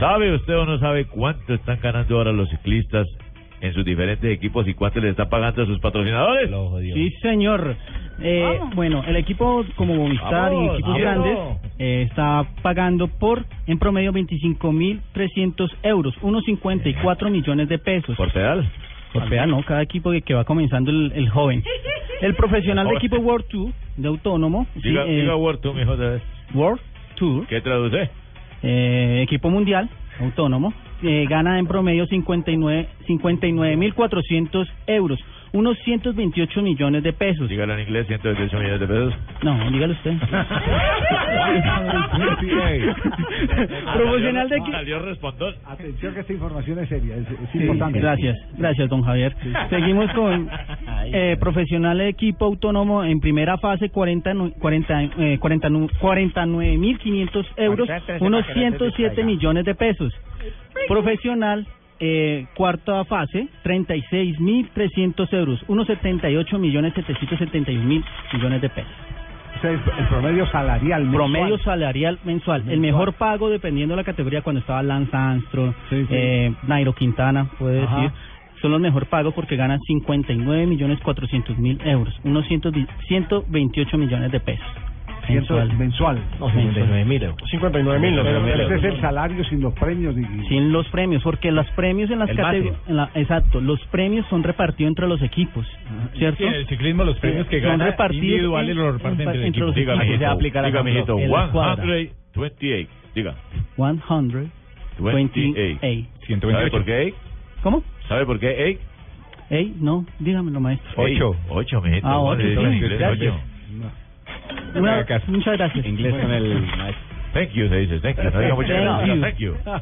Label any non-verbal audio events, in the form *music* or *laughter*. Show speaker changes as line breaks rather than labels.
¿Sabe usted o no sabe cuánto están ganando ahora los ciclistas en sus diferentes equipos y cuánto les está pagando a sus patrocinadores?
Sí, señor. Eh, bueno, el equipo como Movistar y
Vamos,
equipos
vamos.
grandes eh, está pagando por en promedio 25.300 euros, unos 54 millones de pesos.
¿Por pedal?
Por fea, no, cada equipo que, que va comenzando el, el joven. El profesional de
Ahora.
equipo World Tour, de autónomo, sí,
Diga,
eh,
diga Word tú, mijo, otra vez.
World Tour,
¿Qué traduce?
eh, equipo mundial, autónomo, eh, gana en promedio 59 59.400 euros, unos 128 millones de pesos.
Dígalo en inglés, 128 millones de
*laughs*
pesos.
No, dígalo usted. Profesional de equipo.
Salió respondón.
Atención que esta información es seria, es, es
Sí,
importante.
gracias, gracias, don Javier. Seguimos con eh, profesional de equipo autónomo en primera fase, 40, nu- 40, eh, 40 nu- 49.500 euros, unos 107 millones de pesos. Profesional, eh, cuarta fase, 36.300 euros, unos 78 millones 771 mil millones de pesos.
O sea, el, el promedio salarial. mensual.
Promedio salarial mensual. El mejor pago, dependiendo de la categoría, cuando estaba Lance Armstrong,
Sí, sí.
eh, Nairo Quintana, puede
Ajá.
decir, son los mejor pagos porque ganan 59 millones 400 mil euros, unos 100 di- 128 millones de pesos.
Ciento-
mensual.
mensual.
mil euros. 59 mil
Ese es el salario sin los premios. y- y-
Sin los premios, porque los premios en las
El base.
categorías. Exacto, los premios son repartidos entre los equipos, ¿cierto? Eh,
En el ciclismo los premios que
Son
ganan
repartidos
individuales
en-
los reparten
en-
entre,
entre los
equipos.
Diga,
equipos.
Dígame,
Aquí se
mijito.
aplica la
Diga,
control.
mijito.
En la cuadra.
128. Diga.
128.
28. ¿Sabe
128.
por qué? eight?
¿Cómo?
¿Sabe por qué? eight?
Ey, no, dígamelo, maestro.
Ocho.
Ocho.
Ocho, mijito.
Ah,
¿Cómo
ocho,
se dice en
sí.
inglés?
Gracias.
Ocho.
Una-
Caracas.
muchas gracias.
Inglés con el maestro.
Thank you, se dice. Thank you. No diga muchas gracias.
Thank you.
Thank you.